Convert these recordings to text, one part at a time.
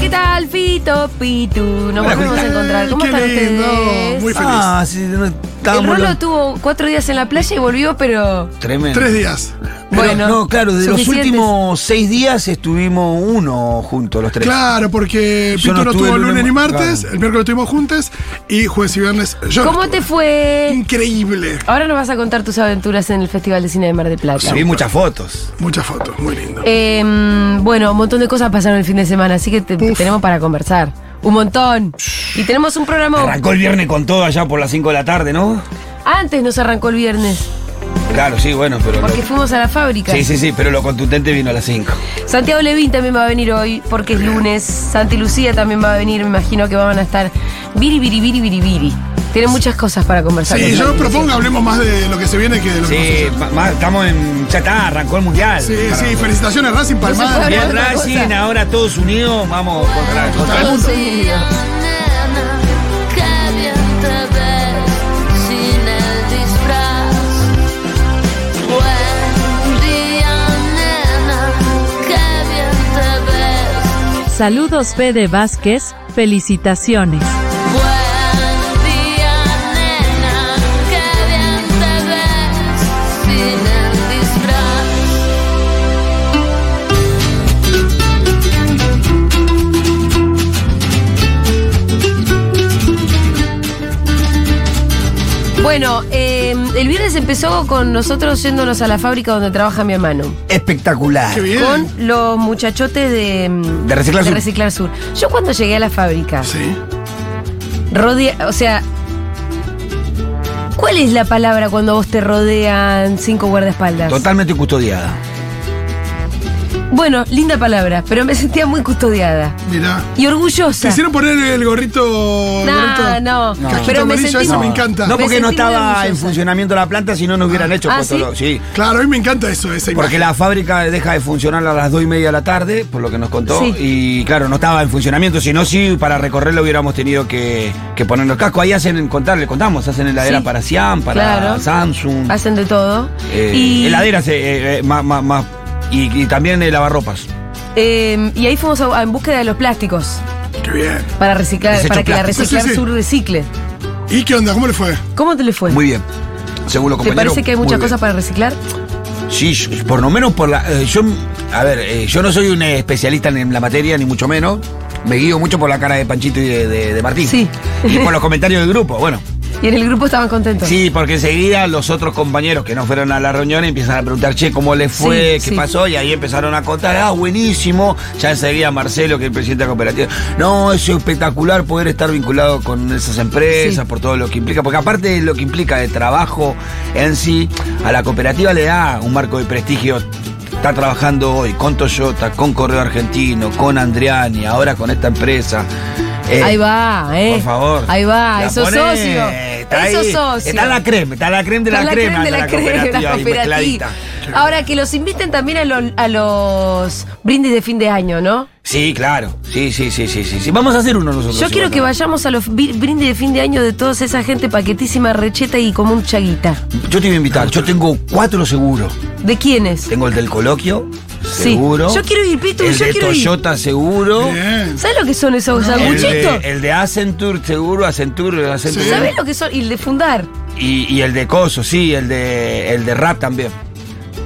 ¿qué tal, Fito, Pitu? Nos Hola, volvemos a Fito. encontrar. ¿Cómo Qué están lindo, ustedes? muy f- feliz. Ah, sí, no, el estábamos. Rolo tuvo cuatro días en la playa y volvió, pero Tremendo. Tres días. Pero, bueno. no, claro, de los suficientes. últimos seis días estuvimos uno juntos, los tres. Claro, porque Yo Pito no no estuve estuvo el el lunes, lunes ni martes, claro. el miércoles estuvimos juntos y jueves y viernes yo. no ¿Cómo estuve. te fue? Increíble. Ahora nos vas a contar tus aventuras en el Festival de Cine de Mar del Plata. Vi muchas fotos. Muchas fotos, muy lindo. Em, bueno, un montón de cosas pasaron el fin de semana, así que te- Uf. tenemos para conversar. Un montón. Y tenemos un programa. Arrancó el viernes con todo allá por las 5 de la tarde, ¿no? Antes nos arrancó el viernes, Claro, sí, bueno, pero. lo- porque fuimos a la fábrica. Sí, sí, sí, pero lo contundente vino a las 5. Santiago Levín también va a venir hoy, porque es lunes. Santi Lucía también va a venir, me imagino que van a estar. Viri, viri, viri, viri, viri. Tienen muchas cosas para conversar. Sí, con yo Santi propongo Lucía. que hablemos más de lo que se viene que de lo que Sí, ma- ma- estamos en. Ya está, arrancó el mundial. no se viene. Sí, Para- sí, felicitaciones Racing puede Palmada. hablar. Bien, Otra cosa. Racing, ahora todos unidos, vamos contra, contra el Total. mundo. Conseguido. Nena, qué bien te ves sin el disfraz. Buen día, nena, qué bien te ves. Saludos P de Vázquez, felicitaciones. Buen día, nena, qué bien te ves sin el disfraz. Bueno, eh, el viernes empezó con nosotros yéndonos a la fábrica donde trabaja mi hermano. Qué Espectacular. bien. Con los muchachotes de, mm, De Reciclar Sur. Reciclar Sur. Yo cuando llegué a la fábrica, Sí. rodea, o sea, ¿cuál es la palabra cuando a vos te rodean cinco guardaespaldas? Totalmente custodiada. Bueno, linda palabra, pero me sentía muy custodiada Mirá. y orgullosa. ¿Te hicieron poner el gorrito? No, gorrito? no, No. pero me Amarillo, sentí eso muy- me encanta. No, porque Me no sentí muy estaba orgullosa. en funcionamiento la planta, si no nos hubieran hecho Ah, puesto ¿sí? lo- sí. Claro, a mí me encanta eso, esa imagen. Porque la fábrica deja de funcionar a las 2 y media de la tarde, por lo que nos contó. Sí. Y claro, no estaba en funcionamiento, sino sí, para recorrerlo hubiéramos tenido que, que poner el casco. Ahí hacen, contar, le contamos, hacen heladera Sí. para Siam, para Claro. Samsung. Hacen de todo. eh, y, Heladeras eh, eh, más, más- más- y, y también eh, lavarropas. eh, y ahí fuimos a- a- en búsqueda de los plásticos Qué bien. para reciclar, Desecho para que la plástico. reciclar Sí, sí, sí. sur recicle. ¿Y qué onda? ¿Cómo le fue? ¿Cómo te le fue? Muy bien. Según lo ¿Te compañero. parece que hay muy muchas bien. cosas para reciclar? Sí, yo- por lo menos por la. eh, yo, a ver, eh, yo no soy un eh, especialista en la materia, ni mucho menos. Me guío mucho por la cara de Panchito y de, de- de Martín. Sí. Y por los comentarios del grupo. Bueno, Y en el grupo estaban contentos. sí, porque enseguida los otros compañeros que no fueron a la reunión empiezan a preguntar, che, ¿cómo les fue? Sí, ¿Qué sí. pasó? Y ahí empezaron a contar, ah, buenísimo. Ya enseguida Marcelo, que es el presidente de la cooperativa. No, es espectacular poder estar vinculado con esas empresas, Sí. por todo lo que implica. Porque aparte de lo que implica de trabajo en sí, a la cooperativa le da un marco de prestigio. Está trabajando hoy con Toyota, con Correo Argentino, con Andriani, ahora con esta empresa. Eh, ahí va, ¿eh? por favor. Ahí va, La eso pone- socio. Está eso ahí, socio. Está la crema, está la crema de la, Está crema. de anda la crema, la cooperativa ahí cooperativa. mezcladita. Ahora que los inviten también a los, a los brindis de fin de año, ¿no? Sí, claro. Sí, sí, sí, sí, sí. sí. Vamos a hacer uno nosotros. Yo quiero igual, que ¿no? vayamos a los bi- brindis de fin de año de toda esa gente paquetísima, recheta y como un chaguita. Yo te voy a invitar. Yo tengo cuatro seguros. ¿De quiénes? Tengo el del coloquio, Sí. seguro. Yo quiero ir, Pitu, El yo de quiero ir. Toyota, Oh. seguro. Bien. ¿Sabes lo que son esos Ah, El de, sanguchitos? el de Accenture, seguro. Accenture, Accenture. Sí. ¿Sabes lo que son? Y el de fundar, Y, y el de Coso, sí. El de, el de Rap también.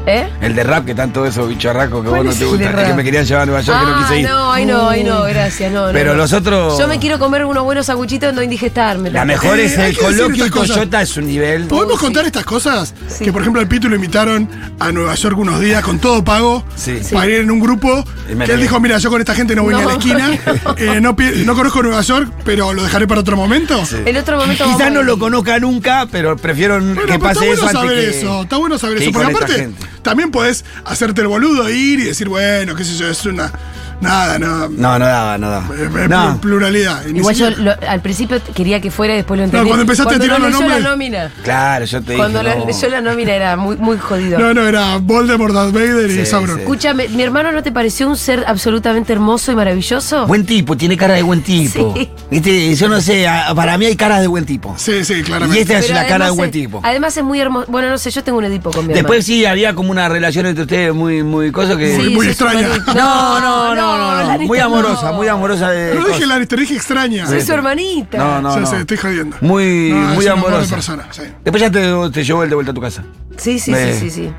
¿eh? El de Rap, que están todos esos bicharracos que vos ¿Cuál no es te el de gustan. Es que Rap? me querían llevar a Nueva York, que no ah, quise ir. no, ay no, ay no, gracias, no, no, Pero no. los otros- Yo me quiero comer unos buenos sanguchitos no indigestarme. La mejor Eh, es hay el que decir coloquio estas cosas. Toyota es un nivel. ¿Podemos contar estas cosas? Sí. Que por ejemplo al Pitu lo invitaron a Nueva York unos días con todo pago Sí. para ir en un grupo. Y me que él negué. dijo, mira, yo con esta gente no voy ni a la No, esquina, eh, no, pi- no conozco Nueva York, pero lo dejaré para otro momento. En otro momento vamos a Quizás no ir. lo conozca nunca, pero prefiero Bueno, que pero está pase bueno eso antes saber que. eso, está bueno saber que eso. ir Porque con esta aparte, gente. también podés hacerte el boludo, ir y decir, bueno, qué sé yo, es una. Nada, no. No, no daba, no daba. eh, eh, No. pl- Pluralidad. y ni Igual yo siquiera- lo- al principio t- quería que fuera y después lo entendí. cuando empezaste a tirar no los leyó nombres. la nómina. Claro, yo te Cuando dije. lo- no. leyó la nómina era muy, muy jodido. No, no, era Voldemort, Darth Vader Sí, y Sauron. sí. Escúchame, ¿mi hermano no te pareció un ser absolutamente hermoso y maravilloso? Buen tipo, tiene cara de buen tipo. Sí. Viste, yo no sé, a- para mí hay caras de buen tipo. Sí, sí, Y este claramente. esta es Pero la cara de además buen es- tipo. Además es muy hermoso. Bueno, no sé, yo tengo un Edipo con mi Después sí había como una relación entre ustedes muy, muy cosa que. hermano. Sí. muy es extraña. súper- No, no, no, no, no. La hermanita, muy amorosa, no. muy amorosa de. No dije cosas. Lannister, dije extraña. Soy Sí. su hermanita. No, no, Ya no. sé, estoy jodiendo. Muy, No, es muy un amor de amorosa. persona, sí. Después ya te, te llevó él de vuelta a tu casa. Sí, sí, Me- sí, sí, sí.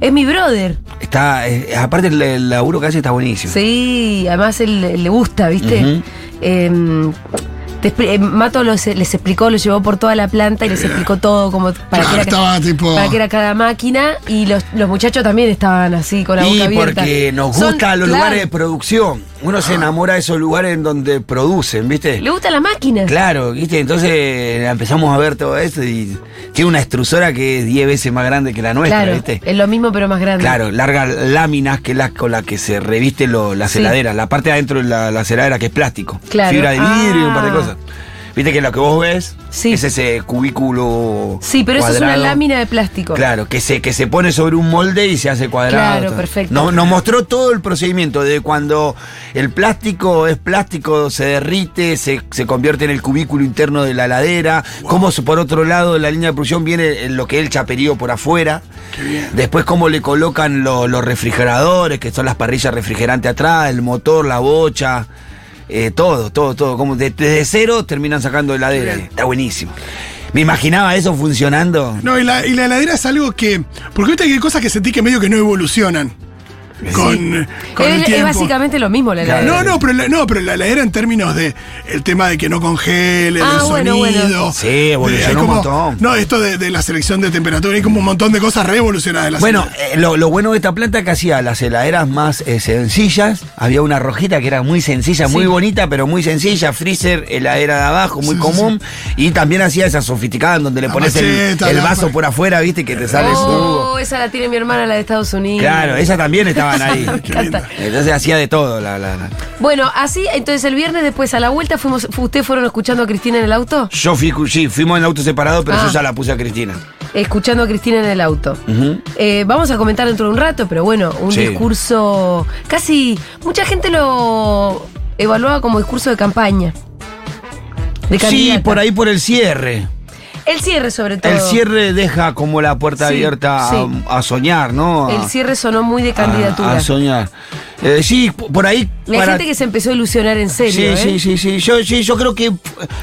Es mi brother. Está, eh, aparte el, el laburo que hace está buenísimo. Sí, además él, le gusta, ¿viste? Ujú. Em, te expli- eh, Mato los- les explicó, los llevó por toda la planta y Eh. les explicó todo como Ah, para, Claro, que, era, estaba tipo- para qué era cada máquina y los, los muchachos también estaban así con la boca Y abierta. porque nos Son- Ah. gustan los claro, lugares de producción. Uno se enamora de esos lugares en donde producen, ¿viste? Le gustan las máquinas. Claro, ¿viste? Entonces empezamos a ver todo eso y tiene una extrusora que es 10 veces más grande que la nuestra, Claro, ¿viste? es lo mismo pero más grande. Claro, largas láminas que las con las que se revisten lo- las Sí. heladeras. La parte de adentro de la, la heladera que es plástico. Claro. Fibra de vidrio y un par de Ah. cosas. Viste que lo que vos ves Sí. es ese cubículo. Sí, pero eso es cuadrado. una lámina de plástico. Claro, que se, que se pone sobre un molde y se hace cuadrado. Claro, Todo. perfecto. Nos, nos mostró todo el procedimiento, de cuando el plástico es plástico, se derrite, se, se convierte en el cubículo interno de la ladera, cómo su- por otro lado la línea de producción viene en lo que es el chaperío por afuera, después cómo le colocan lo- los refrigeradores, que son las parrillas refrigerantes atrás, el motor, la bocha. eh, todo, todo, todo. Como de- desde cero terminan sacando heladera. Está buenísimo. Me imaginaba eso funcionando. No, y la, y la heladera es algo que. Porque viste que hay cosas que sentí que medio que no evolucionan. Con, con el es, es tiempo. básicamente lo mismo la Claro. heladera. No, no, pero la, no, pero la heladera en términos de el tema de que no congele, Ah, el bueno, sonido. bueno. Sí, de- evolucionó hay un como- montón. No, esto de, de la selección de temperatura, hay como un montón de cosas revolucionadas de la Bueno, heladera. eh, lo, lo bueno de esta planta es que hacía las heladeras más eh, sencillas. Había una rojita que era muy sencilla, muy bonita, pero muy sencilla. Freezer, heladera de abajo, muy Sí, sí, común. Y también hacía esa sofisticada en donde le La pones el, maceta, el la- vaso por afuera, viste, que te sale el jugo. Oh, esa la tiene mi hermana, la de Estados Unidos. Claro, esas también estaban ahí. Me encanta. Entonces hacía de todo. La, la- la. Bueno, así, entonces el viernes después a la vuelta fuimos, fu- ustedes fueron escuchando a Cristina en el auto, Yo fui, sí, fuimos en auto separado, pero Ah. yo ya la puse a Cristina. escuchando a Cristina en el auto. Ujú. Eh, vamos a comentar dentro de un rato, pero bueno, un Sí. discurso casi mucha gente lo evaluaba como discurso de campaña. De Sí, candidata. por ahí por el cierre. El cierre sobre todo. El cierre deja como la puerta Sí, abierta a- sí. A, soñar, ¿no? A- El cierre sonó muy Ah, de candidatura. A, a soñar. Eh, sí, p- por ahí. La para- gente que se empezó a ilusionar en serio. sí, ¿eh? sí, sí, sí. Yo, sí, yo creo que p-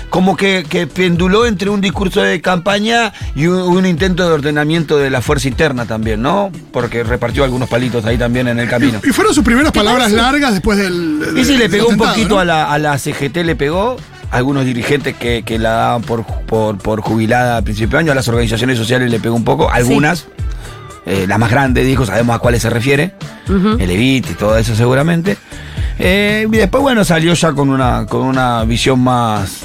como que, que penduló entre un discurso de campaña y un, un intento de ordenamiento de la fuerza interna también, ¿no? Porque repartió algunos palitos ahí también en el camino. Y fueron sus primeras palabras largas después del. Y del- sí, le del pegó un atentado, poquito ¿no? a, la, a la CGT, le pegó. Algunos dirigentes que, que la daban por, por, por jubilada a principio de año, a las organizaciones sociales le pegó un poco, algunas, eh, las más grandes, dijo, sabemos a cuáles se refiere, el Evite y todo eso seguramente. Eh, y después, bueno, salió ya con una, con una visión más...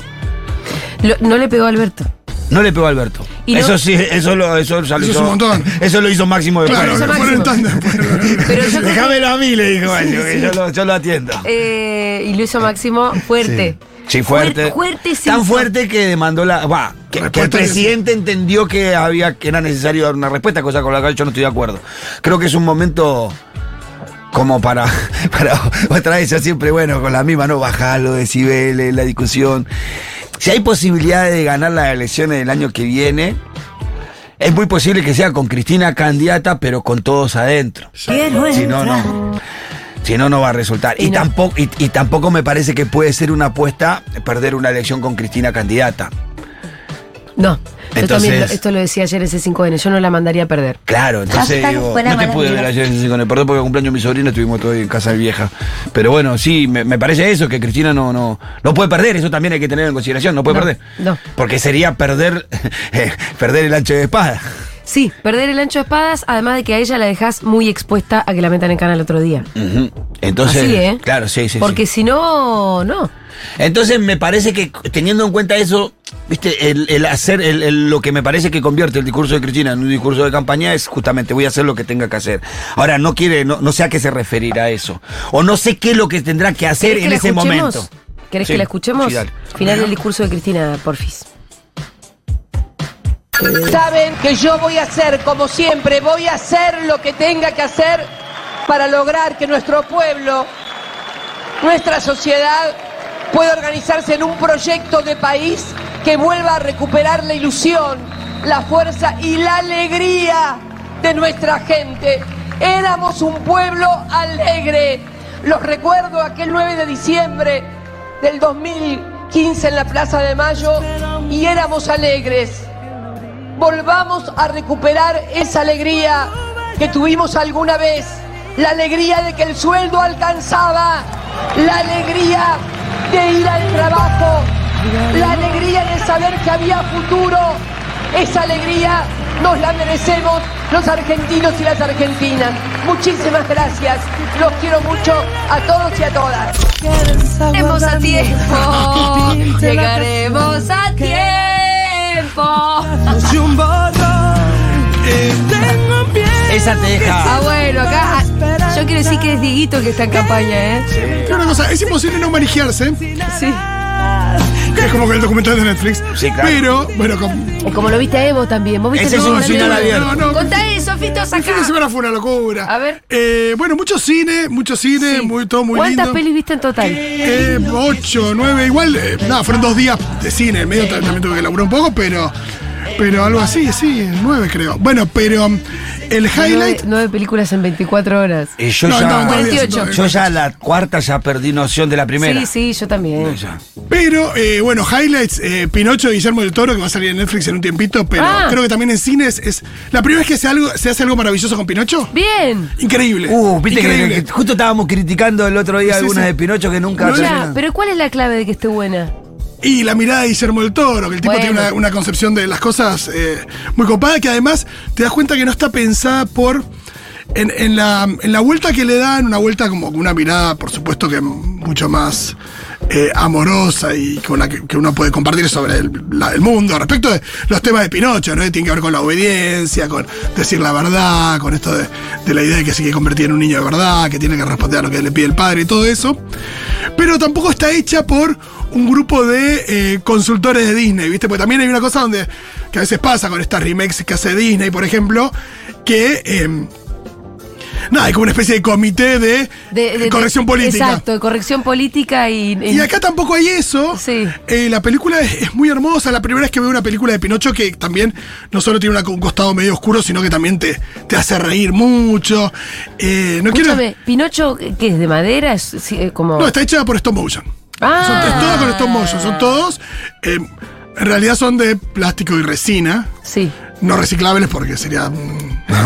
Lo- no le pegó a Alberto. No le pegó a Alberto. Y no- eso sí, eso lo, eso ya lo Eso es hizo. un montón. Eso lo hizo Máximo de Claro, Eso que Paz. máximo. fueron en tanda, fueron- Pero yo creo que, Déjamelo a mí, le dijo, Mario, que Yo, lo, yo lo atiendo. eh, y lo hizo Máximo fuerte. Sí, fuerte. Fuer- fuerte se Tan hizo. fuerte que demandó la. Va, que, que el Respuesta que- presidente entendió que había que era necesario dar una respuesta, cosa con la cual yo no estoy de acuerdo. Creo que es un momento como para, para otra vez, yo siempre, bueno, con la misma, ¿no? Bajar los decibeles, la discusión. Si hay posibilidades de ganar las elecciones del año que viene, es muy posible que sea con Cristina candidata, pero con todos adentro. Si no, no. Si no, no va a resultar. Y, Y no. tampoco, y, y tampoco me parece que puede ser una apuesta perder una elección con Cristina candidata. No. yo también lo- Entonces- esto lo decía ayer ese 5N, yo no la mandaría a perder. Claro, entonces Hashtag digo, fuera no te pude ver Valentina. ayer sí, con el perdón porque el cumpleaños de mi sobrino estuvimos todos en casa de vieja. Pero bueno, sí, me, me parece eso, que Cristina no, no, no puede perder, eso también hay que tener en consideración, no puede No, perder. no. Porque sería perder, eh, perder el ancho de espada. Sí, perder el ancho de espadas, además de que a ella la dejas muy expuesta a que la metan en cana el otro día. Ujú. Entonces, Así, ¿eh? claro, sí, sí. sí. Porque si no, no. Entonces me parece que teniendo en cuenta eso, viste, el, el hacer el- el- lo que me parece que convierte el discurso de Cristina en un discurso de campaña es justamente voy a hacer lo que tenga que hacer. Ahora no quiere, no, no sé a qué se referirá eso. O no sé qué es lo que tendrá que ¿Querés hacer que en la ese escuchemos? momento. ¿Querés Sí, que la escuchemos? sí, dale. Final del discurso de Cristina, porfis. Saben que yo voy a hacer, como siempre, voy a hacer lo que tenga que hacer para lograr que nuestro pueblo, nuestra sociedad, pueda organizarse en un proyecto de país que vuelva a recuperar la ilusión, la fuerza y la alegría de nuestra gente. Éramos un pueblo alegre, Los recuerdo aquel 9 de diciembre del 2015 en la Plaza de Mayo y éramos alegres. Volvamos a recuperar esa alegría que tuvimos alguna vez. La alegría de que el sueldo alcanzaba. La alegría de ir al trabajo. La alegría de saber que había futuro. Esa alegría nos la merecemos los argentinos y las argentinas. Muchísimas gracias. Los quiero mucho a todos y a todas. Llegaremos a tiempo. Llegaremos a tiempo. Esa te Ah, deja. bueno, acá. Yo quiero decir que es Dieguito que está en campaña, ¿eh? Pero una cosa, es imposible no manijearse. Sí. Es como con el documental de Netflix. Sí, claro. Pero, bueno, con. Es como lo viste a Evo también. ¿Vos viste Ese el es un documental de final Evo? abierto. No, no. Contá eso, Fito, El fin de sacá. semana fue una locura. A ver. Eh, bueno, mucho cine, mucho cine, Sí. muy, todo muy ¿Cuántas lindo. pelis viste en total? Eh, ocho, nueve, igual, eh, nada, fueron dos días de cine, en medio también tuve que laburar un poco, pero, pero algo así, sí, nueve creo. Bueno, pero um, el Nueve, highlight, Eh, nueve películas en 24 horas. Y Eh, yo No, ya. no, no, 48. Yo ya la cuarta ya perdí noción de la primera. Sí, sí, yo también. Ya. pero eh, bueno, highlights, eh, Pinocho de Guillermo del Toro, que va a salir en Netflix en un tiempito, pero Ah. creo que también en cines es... ¿La primera vez que se, algo, se hace algo maravilloso con Pinocho? Bien. Increíble. Uh, viste que, increíble. que justo estábamos criticando el otro día Sí, sí, algunas sí. de Pinocho que nunca. No, Mirá, no. pero ¿cuál es la clave de que esté buena? Y la mirada de Guillermo del Toro, que el tipo Bueno. tiene una, una concepción de las cosas eh, muy copada, que además te das cuenta que no está pensada por. En, en la, en la vuelta que le dan, una vuelta como con una mirada, por supuesto, que mucho más eh, amorosa y con la que, que uno puede compartir sobre el, la- el mundo. Respecto de los temas de Pinocho, ¿no? Tiene que ver con la obediencia, con decir la verdad, con esto de, de la idea de que se quiere convertir en un niño de verdad, que tiene que responder a lo que le pide el padre y todo eso pero tampoco está hecha por un grupo de eh, consultores de Disney, ¿viste? Porque también hay una cosa donde, que a veces pasa con estas remakes que hace Disney, por ejemplo, que... em, Nada, hay como una especie de comité de, eh, corrección política. Exacto, de corrección política y. Y acá tampoco hay eso. Sí. Eh, la película es, es muy hermosa. La primera vez que veo una película de Pinocho que también no solo tiene una- un costado medio oscuro, sino que también te, te hace reír mucho. Eh, no quiero. Escúchame, Pinocho, que es de madera, es sí, eh, como. No, está hecha por stop motion. Ah. Son, es toda con stop motion, son todos. eh, en realidad son de plástico y resina, Sí, no reciclables porque sería mm,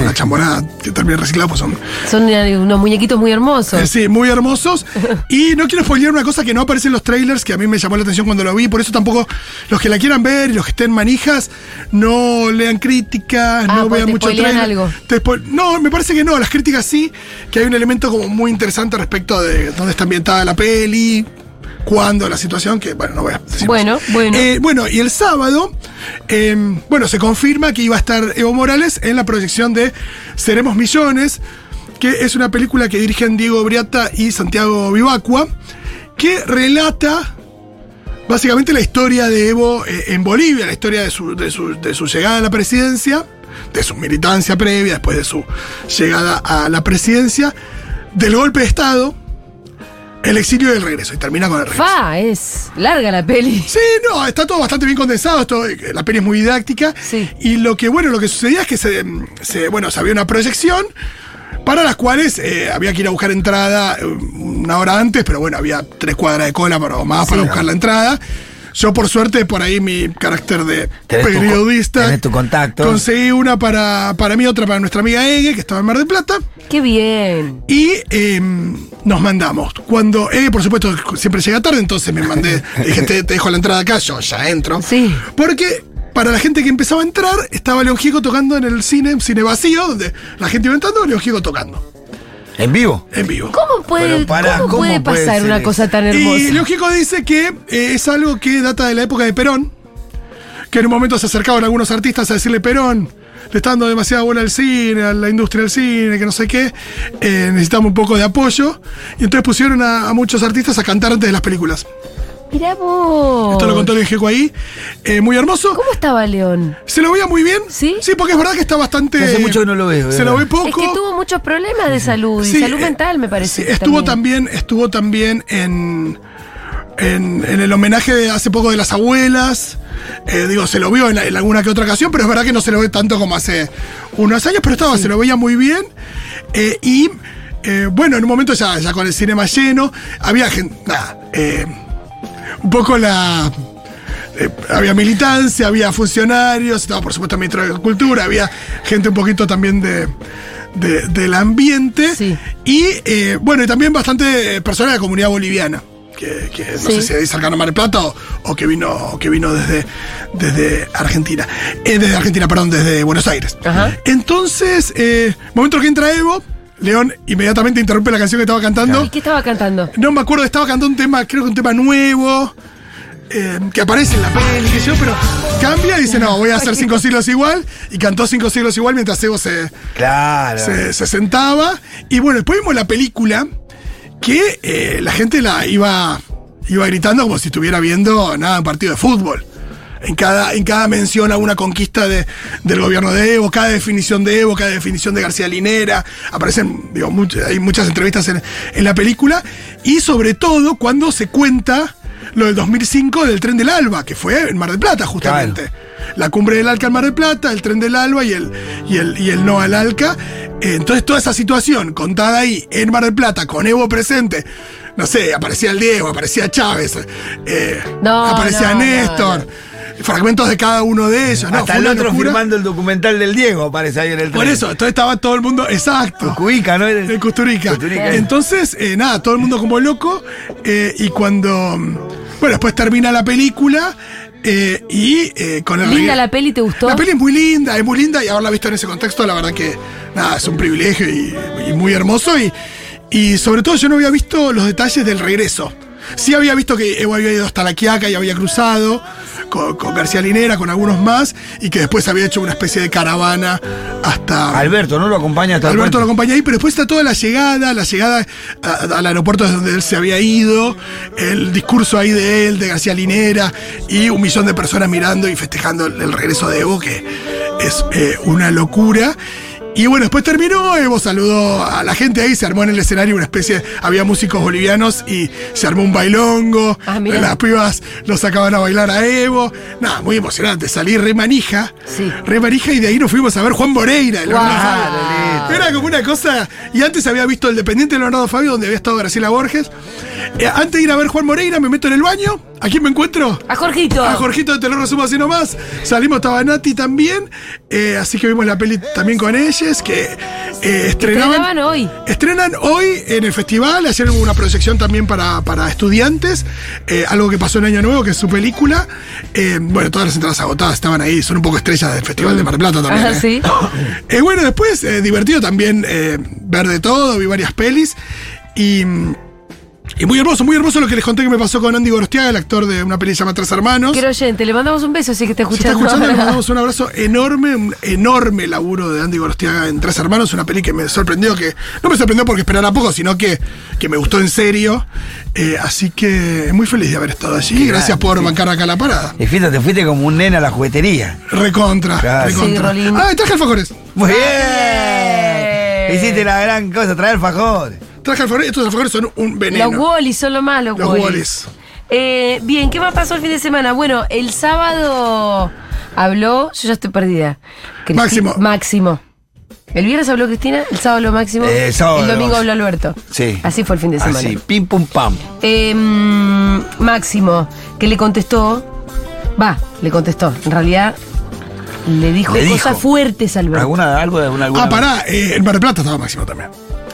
una chamorada que termine reciclado, pues son son eh, unos muñequitos muy hermosos. eh, sí, muy hermosos. Y no quiero spoilear una cosa que no aparece en los trailers, que a mí me llamó la atención cuando lo vi. Por eso tampoco los que la quieran ver y los que estén manijas, no lean críticas, Ah, no porque vean te mucho spoilean trailer. algo. Te spo- no, me parece que no. Las críticas sí, que hay un elemento como muy interesante respecto de dónde está ambientada la peli, cuándo, la situación, que bueno, no voy a decir Bueno, más. bueno. Eh, bueno, y el sábado, eh, bueno, se confirma que iba a estar Evo Morales en la proyección de Seremos Millones, que es una película que dirigen Diego Briata y Santiago Vivacua, que relata básicamente la historia de Evo eh, en Bolivia, la historia de su, de su- de su llegada a la presidencia, de su militancia previa, después de su llegada a la presidencia, del golpe de Estado, el exilio y el regreso, y termina con el regreso. Fa, es larga la peli. Sí, no, está todo bastante bien condensado, esto, eh, la peli es muy didáctica. Sí. Y lo que, bueno, lo que sucedía es que se, mm, se, bueno, se había una proyección para las cuales eh, había que ir a buscar entrada eh, una hora antes, pero bueno, había tres cuadras de cola para- o más para buscar la entrada. Yo, por suerte, por ahí mi carácter de Tenés tu co- periodista. tenés tu contacto. Conseguí una para, para mí, otra para nuestra amiga Ege, que estaba en Mar del Plata. Qué bien. Y eh, nos mandamos. Cuando, eh, por supuesto, siempre llega tarde, entonces me mandé. le Dije, te, te dejo la entrada acá, yo ya entro. Sí. Porque para la gente que empezaba a entrar, estaba León Gieco tocando en el cine, un cine vacío, donde la gente iba entrando, León Gieco tocando, En vivo. en vivo. ¿Cómo puede, Pero pará, cómo ¿cómo puede puede pasar ser una eso? cosa tan hermosa? Y León Gieco dice que eh, es algo que data de la época de Perón, que en un momento se acercaban algunos artistas a decirle Perón. Le está dando demasiada bola al cine, a la industria del cine, que no sé qué. eh, necesitamos un poco de apoyo. Y entonces pusieron a, a muchos artistas a cantar antes de las películas. Mirá vos. Esto lo contó el Gieco ahí. eh, muy hermoso. ¿Cómo estaba León? Se lo veía muy bien. ¿Sí? Sí, porque es verdad que está bastante. Hace mucho que no lo veo, eh. Se lo ¿verdad? ve poco. Es que tuvo muchos problemas de salud Sí, y salud eh, mental, me parece. sí, que estuvo también. estuvo también en, en, en el homenaje de hace poco de las abuelas. Eh, digo, se lo vio en, en alguna que otra ocasión, pero es verdad que no se lo ve tanto como hace unos años, pero estaba, se lo veía muy bien. Eh, y Eh, bueno, en un momento ya, ya con el cinema lleno, había gente. Nada, eh, un poco la. eh, había militancia, había funcionarios, estaba por supuesto el ministro de Cultura, había gente un poquito también de. de- del ambiente Sí. y eh, bueno y también bastante eh, personas de la comunidad boliviana que, que no sé Sí. si ahí cercano a Mar del Plata o, o que vino o que vino desde desde Argentina Eh, desde Argentina perdón desde Buenos Aires Ajá. entonces, eh, momento que entra Evo, León inmediatamente interrumpe la canción que estaba cantando. ¿Y qué estaba cantando? No me acuerdo, estaba cantando un tema, creo que un tema nuevo, eh, que aparece en la peli, qué sé yo, pero cambia y dice, no, voy a hacer cinco siglos igual, y cantó cinco siglos igual mientras Evo se, Claro. se, se sentaba. Y bueno, después vimos la película que eh, la gente la iba, iba gritando como si estuviera viendo nada, un partido de fútbol. En cada, en cada mención a una conquista de- del gobierno de Evo, cada definición de Evo, cada definición de García Linera, aparecen, digo, much- hay muchas entrevistas en, en la película, y sobre todo cuando se cuenta lo del 2005 del tren del Alba, que fue en Mar del Plata justamente. La cumbre del Alca en Mar del Plata, el tren del Alba y el, y el, y el no al Alca. Eh, Entonces, toda esa situación contada ahí en Mar del Plata, con Evo presente, no sé, aparecía el Diego, aparecía Chávez, eh, No, aparecía no, Néstor, fragmentos de cada uno de ellos. Ah, No, Hasta fue el una otro locura. firmando el documental del Diego aparece ahí en el Por tren. eso, entonces estaba todo el mundo. Exacto. Cuica, ¿no? En Custurica. Custurica. Entonces, eh, nada, todo el mundo como loco. eh, y cuando. mm, Bueno, después termina la película. eh, y eh, con el ¿Linda regga- la peli? ¿Te gustó? La peli es muy linda, es muy linda. Y haberla visto en ese contexto, la verdad que nada, es un privilegio y, y muy hermoso. Y, y sobre todo, yo no había visto los detalles del regreso. Sí había visto que Evo había ido hasta La Quiaca y había cruzado con, con García Linera, con algunos más, y que después había hecho una especie de caravana hasta, Alberto, ¿no lo acompaña hasta el Alberto lo puente? acompaña ahí, pero después está toda la llegada, la llegada a- al aeropuerto desde donde él se había ido, el discurso ahí de él, de García Linera, y un millón de personas mirando y festejando el, el regreso de Evo, que es eh, una locura. Y bueno, después terminó, Evo saludó a la gente ahí, se armó en el escenario una especie, había músicos bolivianos y se armó un bailongo, Ah, mirá. las pibas lo sacaban a bailar a Evo, nada, muy emocionante, salí re manija, Sí. re manija y de ahí nos fuimos a ver Juan Moreira, el Guau. organizador. Era como una cosa. Y antes había visto el dependiente de Leonardo Fabio, donde había estado Graciela Borges. Eh, antes de ir a ver Juan Moreira, me meto en el baño. ¿A quién me encuentro? A Jorgito. A Jorgito, te lo resumo así nomás. Salimos, estaba Nati también. eh, así que vimos la peli también con ellos, que eh, Estrenaban estrenaban. hoy. Estrenan hoy en el festival, ayer hubo una proyección también para, para estudiantes, eh, algo que pasó en Año Nuevo, que es su película. Eh, bueno, todas las entradas agotadas estaban ahí, son un poco estrellas del Festival de Mar del Plata también. Ah, eh. sí. Eh, bueno, después, eh, divertido también eh, ver de todo, vi varias pelis y, mm, y muy hermoso, muy hermoso lo que les conté que me pasó con Andy Gorostiaga, el actor de una peli llamada Tres Hermanos. Quiero oyente, le mandamos un beso si que está Si está escuchando. escuchando, le mandamos un abrazo enorme, un enorme laburo de Andy Gorostiaga en Tres Hermanos, una peli que me sorprendió, que no me sorprendió porque esperara poco, sino que, que me gustó en serio. Eh, así que muy feliz de haber estado allí. Gracias por bancar acá la parada. Y fíjate, te fuiste como un nena a la juguetería. Recontra, Claro. recontra. Sí, Rolín. ah, y traje alfajores. Muy bien. bien. Hiciste la gran cosa, traer alfajores. Traje alfajores, estos alfajores son un veneno. Los Wallis son lo más, los, Los Wallis. Wallis. Eh, bien, ¿qué más pasó el fin de semana? Bueno, el sábado habló, yo ya estoy perdida. Cristi- Máximo. Máximo. El viernes habló Cristina, el sábado habló Máximo, Eh, el sábado domingo habló- habló Alberto. Sí. Así fue el fin de semana. Así, pim pum pam. Eh, mm, Máximo, que le contestó, va, le contestó, en realidad le dijo Le cosas dijo. fuertes a Alberto. ¿Alguna, algo de alguna, alguna Ah, pará, eh, en Mar del Plata estaba Máximo también.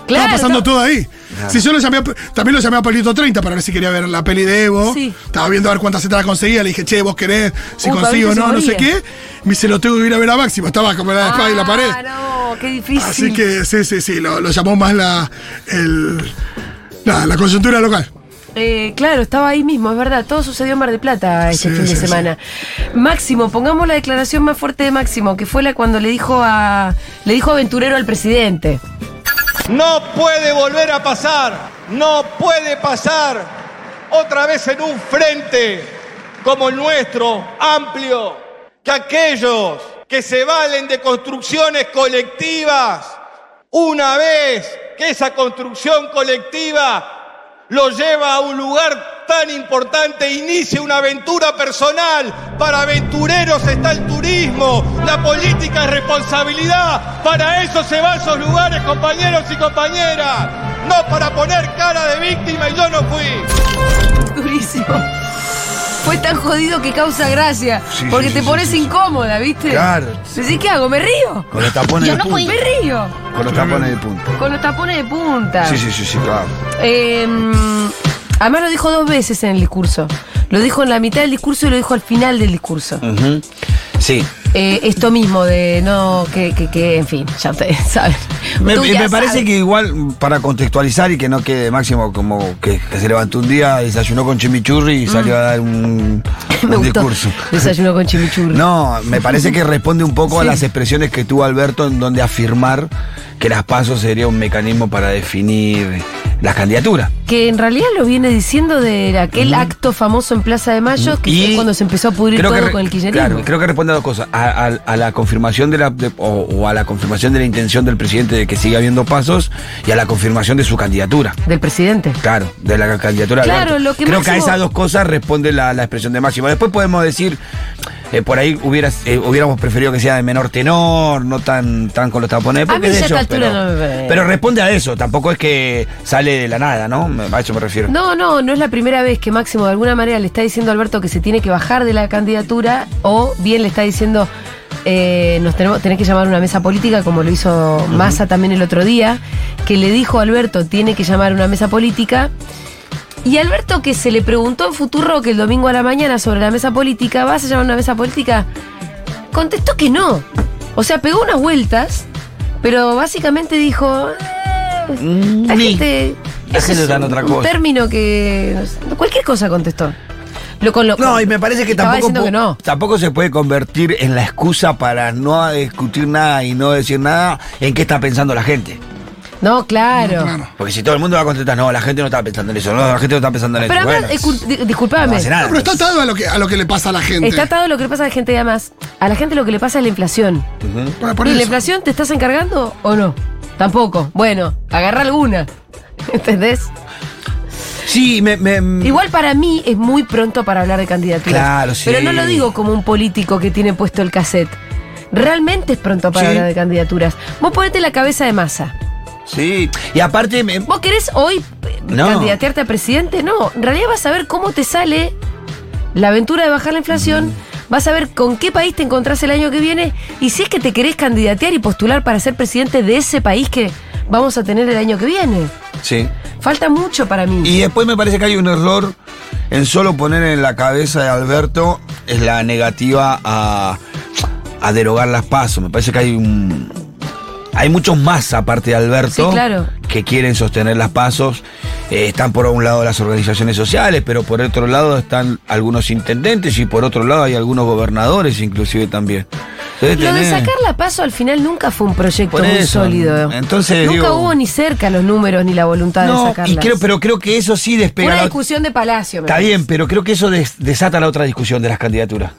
Claro, estaba pasando está- todo ahí. Si yo lo llamé, a- también lo llamé a Pablito 30 para ver si quería ver la peli de Evo. Sí. Estaba viendo a ver cuántas entradas conseguía. Le dije, che, vos querés, si Uh, consigo Pablito o no, se no sé moría. qué. Me dice, lo tengo que ir a ver a Máximo. Estaba como la espada y la pared. Ah, no, qué difícil. Así que sí, sí, sí, lo, lo llamó más la, el- nada, la coyuntura local. Eh, claro, estaba ahí mismo, es verdad. Todo sucedió en Mar de Plata este Sí, fin de sí, semana. Máximo, pongamos la declaración más fuerte de Máximo, que fue la cuando le dijo a le dijo aventurero al presidente. No puede volver a pasar, no puede pasar otra vez en un frente como el nuestro, amplio, que aquellos que se valen de construcciones colectivas, una vez que esa construcción colectiva lo lleva a un lugar tan importante, inicie una aventura personal. Para aventureros está el turismo, la política es responsabilidad. Para eso se va a esos lugares, compañeros y compañeras. no para poner cara de víctima y yo no fui. Durísimo. Fue tan jodido que causa gracia. Sí, porque sí, te sí, pones sí, sí. incómoda, ¿viste? Claro. Decís, ¿qué hago? ¿Me río? Con los tapones Yo de no fui. punta. Me río. Con los tapones de punta. Con los tapones de punta. Sí, sí, sí, sí, claro. Eh, además lo dijo dos veces en el discurso. Lo dijo en la mitad del discurso y lo dijo al final del discurso. Ujú. Sí. Eh, esto mismo de no, que, que, que, en fin, ya te sabes. Me, Tú me ya parece sabes. que igual, para contextualizar y que no quede máximo como que, que se levantó un día, desayunó con chimichurri y salió a dar un, Mm. Me un gustó. discurso. Desayuno con chimichurri. No, me parece que responde un poco a Sí. las expresiones que tuvo Alberto en donde afirmar que las pasos sería un mecanismo para definir las candidaturas. Que en realidad lo viene diciendo de aquel acto famoso en Plaza de Mayo, que fue cuando se empezó a pudrir Mm. creo que todo re- con el kirchnerismo. Claro, creo que responde a dos cosas. A, a- a la confirmación de la de- o, o a la confirmación de la intención del presidente de que siga habiendo pasos y a la confirmación de su candidatura. Del presidente. Claro, de la candidatura. de Claro, Alberto. lo que Creo que a Máximo- esas dos cosas responde la, la expresión de Máximo. Después podemos decir, eh, por ahí hubieras, eh, hubiéramos preferido que sea de menor tenor, no tan, tan con los tapones. porque mí es de ya a esta ellos, altura pero, no me parece. pero responde a eso, tampoco es que sale de la nada, ¿no? A eso me refiero. No, no, no es la primera vez que Máximo de alguna manera le está diciendo a Alberto que se tiene que bajar de la candidatura o bien le está diciendo eh, nos tenemos, tenés que llamar a una mesa política, como lo hizo Massa también el otro día, que le dijo a Alberto tiene que llamar a una mesa política. Y Alberto que se le preguntó en futuro que el domingo a la mañana sobre la mesa política, ¿vas a llamar a una mesa política? Contestó que no. O sea, pegó unas vueltas, pero básicamente dijo... "Eh, Mm, la ni- gente. La eso gente es está en un- otra un cosa. término que. no sé, Cualquier cosa contestó. Lo, con lo- No, y me parece que Estaba tampoco, diciendo pu- que no. tampoco se puede convertir en la excusa para no discutir nada y no decir nada en qué está pensando la gente. No, claro. Claro. Porque si todo el mundo va a contestar, no, la gente no está pensando en eso, no, la gente no está pensando en Pero eso. además, Bueno, escu- di- disculpame. no hace nada. No, pero está atado a lo, que, a lo que le pasa a la gente. Está atado lo que le pasa a la gente, y además. A la gente lo que le pasa es la inflación. Bueno, por ¿Y la eso. inflación te estás encargando o no? Tampoco. Bueno, agarra alguna. ¿Entendés? Sí, me, me- Igual para mí es muy pronto para hablar de candidaturas. Mm. Claro, sí. Pero no lo digo como un político que tiene puesto el cassette. Realmente es pronto para Sí. hablar de candidaturas. Vos ponete la cabeza de masa. Sí. Y aparte, me- ¿Vos querés hoy eh, No. candidatearte a presidente? No, en realidad vas a ver cómo te sale la aventura de bajar la inflación, Mm. vas a ver con qué país te encontrás el año que viene y si es que te querés candidatear y postular para ser presidente de ese país que vamos a tener el año que viene. sí. Falta mucho para mí. Y después me parece que hay un error en solo poner en la cabeza de Alberto es la negativa a, a derogar las pasos. Me parece que hay un. Hay muchos más aparte de Alberto Sí, claro. que quieren sostener las pasos. Eh, están por un lado las organizaciones sociales, pero por otro lado están algunos intendentes y por otro lado hay algunos gobernadores inclusive también. Entonces Lo de tenés- sacar la paso al final nunca fue un proyecto Por muy eso, sólido. entonces, nunca digo- hubo ni cerca los números ni la voluntad de No, sacarla. y creo, pero creo que eso sí despega. Una la- discusión de palacio. me Está parece. bien, pero creo que eso des- desata la otra discusión de las candidaturas.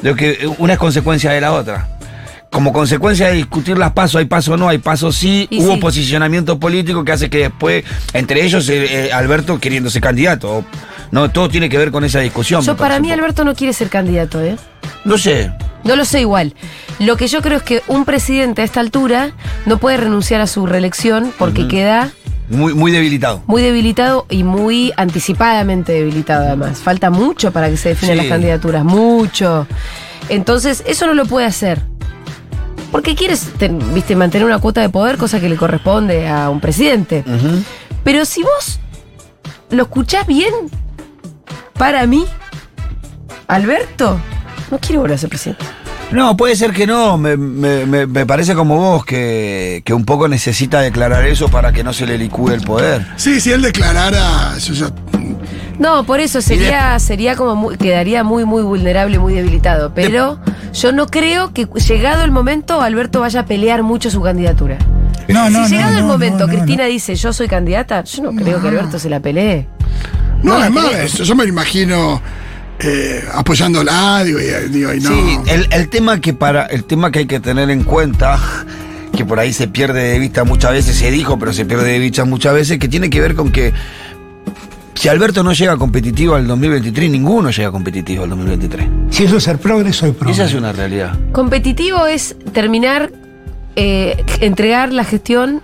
Lo que eh, una es consecuencia de la otra. Como consecuencia de discutir las pasos, hay paso no, hay paso sí, Y hubo sí. posicionamiento político que hace que después, entre ellos, eh, eh, Alberto queriendo ser candidato. No, todo tiene que ver con esa discusión. Yo me para parece mí un poco. Alberto no quiere ser candidato, ¿eh? No sé. No lo sé igual. Lo que yo creo es que un presidente a esta altura no puede renunciar a su reelección porque queda Muy, muy debilitado. muy debilitado y muy anticipadamente debilitado además. Falta mucho para que se definan Sí. las candidaturas, mucho. Entonces, eso no lo puede hacer. Porque quieres ten- viste, mantener una cuota de poder, cosa que le corresponde a un presidente. Ujú. Pero si vos lo escuchás bien, para mí, Alberto, no quiero volver a ser presidente. No, puede ser que no. Me, me- me- me parece como vos que, que un poco necesita declarar eso para que no se le licúe el poder. Sí, si él declarara. yo ya- No, por eso sería, sería como muy- quedaría muy, muy vulnerable, muy debilitado. Pero yo no creo que llegado el momento Alberto vaya a pelear mucho su candidatura. No, no, si no, llegado el no, momento no, no, Cristina dice yo soy candidata, yo no creo que Alberto se la pelee. No, No, es más, creo. eso yo me lo imagino eh, apoyándola, digo, y, eh, digo, y no. Sí, el, el tema que para, el tema que hay que tener en cuenta, que por ahí se pierde de vista muchas veces, se dijo, pero se pierde de vista muchas veces, que tiene que ver con que si Alberto no llega competitivo al 2023, ninguno llega competitivo al 2023. Si eso es ser progre, soy progre. Esa es una realidad. Competitivo es terminar, eh, entregar la gestión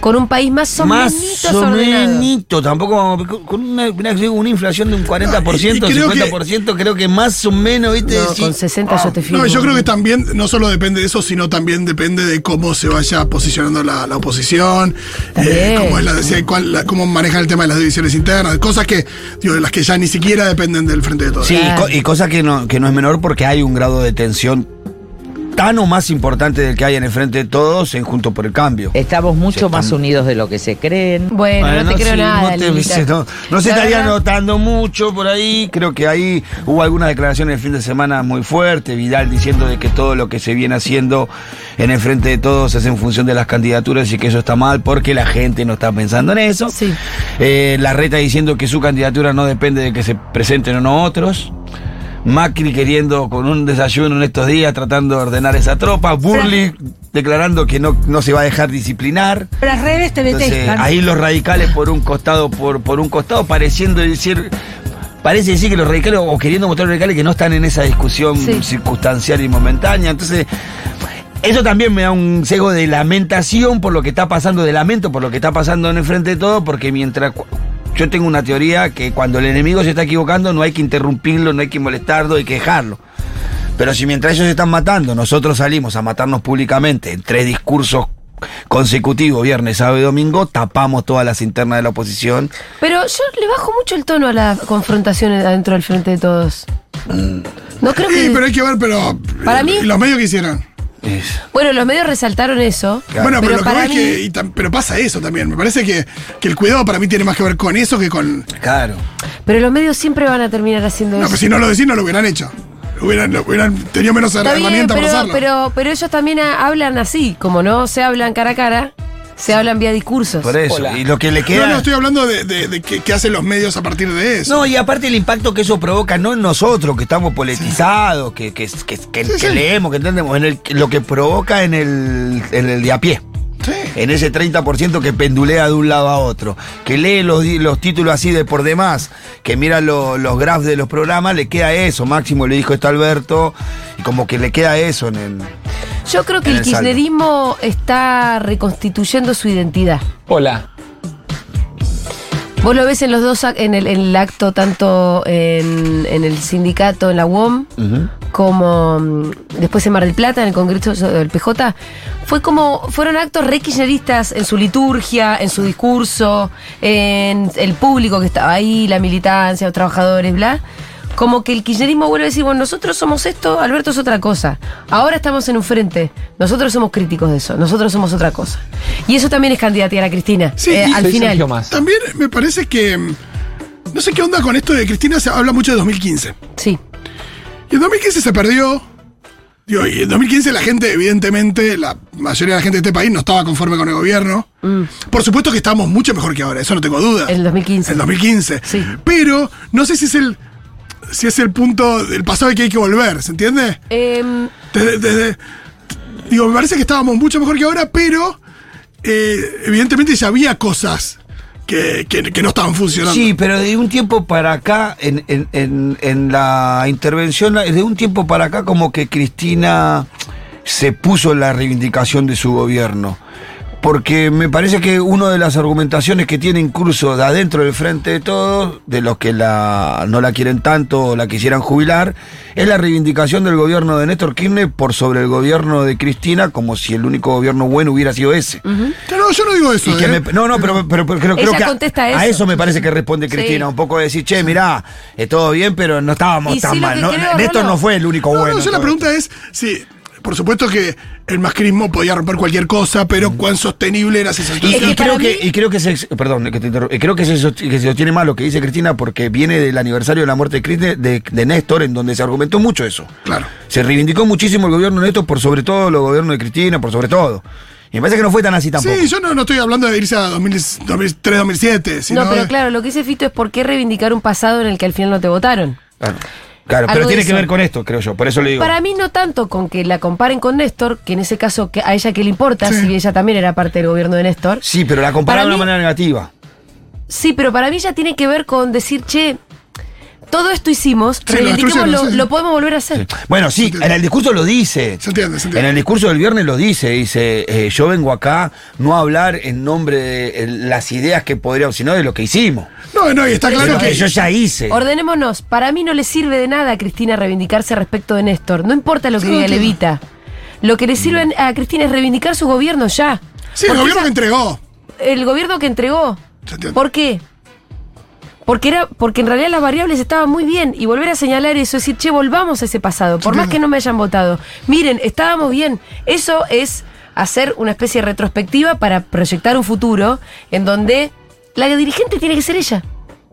con un país más o menos más o ordenado. menito, tampoco vamos- con una, una- una inflación de un 40%, Y- y creo que- 50%, creo que más o menos, ¿viste? No, Decís, con 60 yo te firmo. No, yo creo que también no solo depende de eso, sino también depende de cómo se vaya posicionando la, la oposición, eh, También. cómo, es la- si- cuál- la- cómo manejan el tema de las divisiones internas, cosas que, digo, de las que ya ni siquiera dependen del frente de todos. Sí, y, Claro. co- y cosa que no, que no es menor porque hay un grado de tensión tan o más importante del que hay en el frente de todos en Junto por el Cambio. Estamos Sí, mucho están- más unidos de lo que se creen. Bueno, no te creo sí, nada. No, te- Lilita. sí, no- no se La estaría verdad- notando mucho por ahí. Creo que ahí hubo algunas declaraciones el fin de semana muy fuertes. Vidal diciendo de que todo lo que se viene haciendo en el frente de todos es en función de las candidaturas y que eso está mal porque la gente no está pensando en eso. Sí. Eh, la reta diciendo que su candidatura no depende de que se presenten o no otros. Macri queriendo con un desayuno en estos días, tratando de ordenar esa tropa. Burley declarando que no, no se va a dejar disciplinar. Las redes te Entonces, detestan. ahí los radicales por un costado, por, por un costado, pareciendo decir. Parece decir que los radicales, o queriendo mostrar los radicales, que no están en esa discusión Sí. circunstancial y momentánea. Entonces, eso también me da un cego de lamentación por lo que está pasando, de lamento por lo que está pasando en el frente de todo, porque mientras. cu- Yo tengo una teoría que cuando el enemigo se está equivocando, no hay que interrumpirlo, no hay que molestarlo, hay que dejarlo. Pero si mientras ellos se están matando, nosotros salimos a matarnos públicamente en tres discursos consecutivos, viernes, sábado y domingo, tapamos todas las internas de la oposición. Pero yo le bajo mucho el tono a las confrontaciones adentro del frente de todos. No creo que. Y, pero hay que ver, pero. Para eh, mí- Los medios que hicieron. Es- Bueno, los medios resaltaron eso. Claro. Bueno, pero, lo que para voy es mí- que. y tam- pero pasa eso también. Me parece que, que el cuidado para mí tiene más que ver con eso que con. Claro. Pero los medios siempre van a terminar haciendo No, pues eso. pero si no lo decís, no lo hubieran hecho. Hubieran, hubieran tenido menos Está bien, herramientas para pero, hacerlo. pero, pero ellos también ah, hablan así, como no se hablan cara a cara, se hablan vía discursos. Por eso. Hola. Y lo que le no, queda. no, estoy hablando de, de- de qué qué hacen los medios a partir de eso. No, y aparte el impacto que eso provoca, no en nosotros, que estamos politizados, que, que, que- que- que leemos, que entendemos, en el, lo que provoca en el, en el de a pie. Eh, Sí. en ese 30% que pendulea de un lado a otro, que lee los, di- los títulos así de por demás, que mira lo- los graphs de los programas, le queda eso. Máximo le dijo esto a Alberto, y como que le queda eso en el. Yo creo que En el el saldo. kirchnerismo está reconstituyendo su identidad. Hola. Vos lo ves en los dos, ac- en el, en el acto, tanto en, en el sindicato, en la UOM, como mm, después en Mar del Plata, en el Congreso del PJ. Fue como, fueron actos re kirchneristas en su liturgia, en su discurso, en el público que estaba ahí, la militancia, los trabajadores, bla. Como que el kirchnerismo vuelve a decir, bueno, nosotros somos esto, Alberto es otra cosa. Ahora estamos en un frente. Nosotros somos críticos de eso, nosotros somos otra cosa. Y eso también es candidatear a Cristina. Sí, eh, y- al final. También me parece que. mm, No sé qué onda con esto de Cristina, se habla mucho de 2015. Sí. Y en 2015 se perdió. Digo, y en 2015 la gente, evidentemente, la mayoría de la gente de este país no estaba conforme con el gobierno. Por supuesto que estamos mucho mejor que ahora, eso no tengo duda. En Mm. el 2015. En 2015. Sí. Pero no sé si es el. Si es el punto del pasado que hay que volver, ¿se entiende? Em, Desde- desde- digo, me parece que estábamos mucho mejor que ahora, pero eh, evidentemente ya había cosas que, que- que no estaban funcionando. Sí, pero de un tiempo para acá, en, en- en- en la intervención, de un tiempo para acá, como que Cristina se puso en la reivindicación de su gobierno. Porque me parece que una de las argumentaciones que tiene incluso de adentro del frente de todos, de los que la, no la quieren tanto o la quisieran jubilar, es la reivindicación del gobierno de Néstor Kirchner por sobre el gobierno de Cristina, como si el único gobierno bueno hubiera sido ese. No, yo no digo eso. Y que ¿eh? me- no, no, pero, pero- pero creo, Ella creo que a- contesta a, eso. eso me parece que responde Cristina, Sí. un poco de decir, che, mirá, eh, todo bien, pero no estábamos Y tan sí, lo mal. que ¿no? creo, Néstor Rolo- no fue el único No, no, bueno. yo la todo pregunta es si, por supuesto que el mascrismo podía romper cualquier cosa, pero cuán sostenible era esa Mm. Y, situación. y para creo que, mí- y creo que se, perdón, que te interrumpa. Y creo que se, sost- que se sostiene mal lo que dice Cristina porque viene del aniversario de la muerte de, Kirchner- de, de Néstor, en donde se argumentó mucho eso. Claro. Se reivindicó muchísimo el gobierno de Néstor por sobre todo los gobiernos de Cristina, por sobre todo. Y me parece que no fue tan así tampoco. Sí, yo no, no estoy hablando de irse a 2000, 2003, 2007. Sino no, pero de- claro, lo que dice Fito es por qué reivindicar un pasado en el que al final no te votaron. Claro, Claro, pero Algo tiene de que eso. ver con esto, creo yo. Por eso le digo. Para mí no tanto con que la comparen con Néstor, que en ese caso que a ella que le importa, Sí. si ella también era parte del gobierno de Néstor. sí, pero la compararon Para de mí- una manera negativa. Sí, pero para mí ya tiene que ver con decir, che, todo esto hicimos, lo reivindiquémoslo, destruyeron, sí, sí. lo podemos volver a hacer. Bueno, sí, en el discurso lo dice. Se entiende, se En entiende. el discurso del viernes lo dice, dice, eh, yo vengo acá no a hablar en nombre de eh, las ideas que podríamos, sino de lo que hicimos. No, no, y está de claro lo que que. yo ya hice. Ordenémonos, para mí no le sirve de nada a Cristina reivindicarse respecto de Néstor, no importa lo que Sí, diga claro. Levita. Lo que le sirve a Cristina es reivindicar su gobierno ya. Sí, el Porque gobierno esa- que entregó. el gobierno que entregó. Se entiende. ¿Por qué? Porque, era, porque en realidad las variables estaban muy bien y volver a señalar eso, es decir, che, volvamos a ese pasado, por más que no me hayan votado. Miren, estábamos bien. Eso es hacer una especie de retrospectiva para proyectar un futuro en donde la dirigente tiene que ser ella.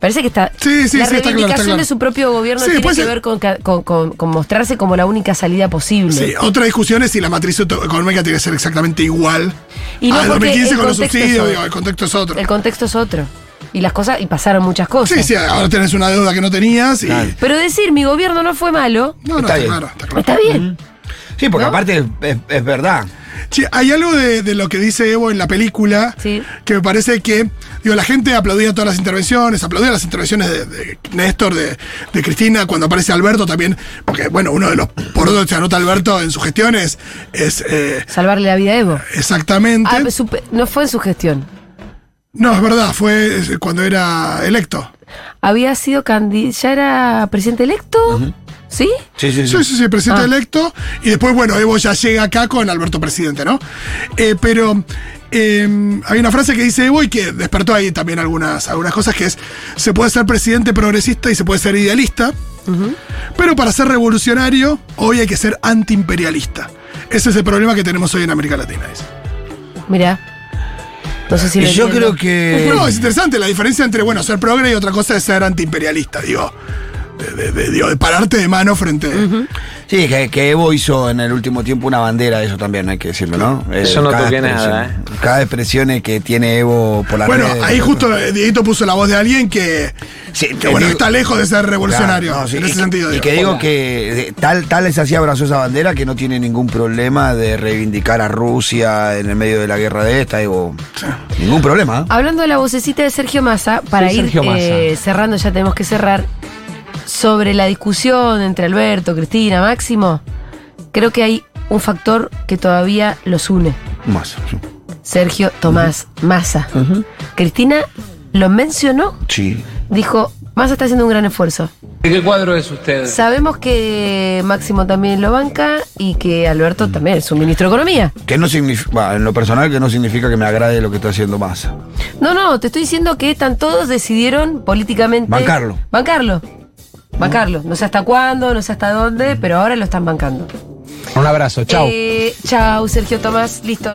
Parece que está. Sí, sí, la sí, está claro, está reivindicación claro. de su propio gobierno Sí, tiene que después el- ver con, ca- con- con- con mostrarse como la única salida posible. Sí, otra discusión es si la matriz económica tiene que ser exactamente igual Y no al porque 2015 el con los contexto es subsidios, otro. digo, el contexto es otro. El contexto es otro. Y las cosas, y pasaron muchas cosas. Sí, sí, ahora tenés una deuda que no tenías y. Claro. Pero decir mi gobierno no fue malo, No, no, Está está, bien. claro, está claro. está bien. Sí, porque ¿No? aparte es, es- es verdad. Che, hay algo de, de lo que dice Evo en la película Sí. que me parece que digo, la gente aplaudía todas las intervenciones, aplaudía las intervenciones de, de Néstor, de, de Cristina, cuando aparece Alberto también, porque bueno, uno de los por donde se anota Alberto en sus gestiones es eh, Salvarle la vida a Evo. exactamente. Ah, su- no fue en su gestión. no, es verdad, fue eh, cuando era electo. Había sido candi ya era presidente electo, ¿sí? Sí, sí, sí. Sí, sí, sí, presidente Ah. electo. Y después, bueno, Evo ya llega acá con Alberto presidente, ¿no? Eh, pero eh, hay una frase que dice Evo y que despertó ahí también algunas, algunas cosas, que es, se puede ser presidente progresista y se puede ser idealista, pero para ser revolucionario hoy hay que ser antiimperialista. Ese es el problema que tenemos hoy en América Latina. dice. Mira. No sé si Y lo yo creo entiendo. que... No, es interesante la diferencia entre, bueno, ser progre y otra cosa es ser antiimperialista, digo. De, de- de- digo, de pararte de mano frente... Sí, que, que Evo hizo en el último tiempo una bandera de eso también, hay que decirlo, ¿no? Yo no cada toqué expresión- nada, ¿eh? Cada expresión que tiene Evo por la Bueno, ahí justo eh, Dieguito puso la voz de alguien que, Sí, que, te bueno, digo- está lejos de ser revolucionario. Claro, no, sí, en y ese que- sentido. Y digo. que digo que eh, tal, tal es así abrazó esa bandera que no tiene ningún problema de reivindicar a Rusia en el medio de la guerra de esta, digo. Ningún problema. ¿eh? Hablando de la vocecita de Sergio Massa, para Sí, ir Sergio Massa. eh, cerrando, ya tenemos que cerrar, sobre la discusión entre Alberto, Cristina, Máximo, creo que hay un factor que todavía los une. Más. Sergio Tomás Massa. Cristina lo mencionó, Sí. dijo, Massa está haciendo un gran esfuerzo. ¿De qué cuadro es usted? Sabemos que Máximo también lo banca y que Mm. Alberto también es un ministro de Economía. Que no significa, en lo personal, que no significa que me agrade lo que está haciendo Massa. No, no, te estoy diciendo que están todos decidieron políticamente... Bancarlo. Bancarlo. Bancarlo. No sé hasta cuándo, no sé hasta dónde, pero ahora lo están bancando. Un abrazo, chao. Eh, chau, Sergio Tomás. Listo.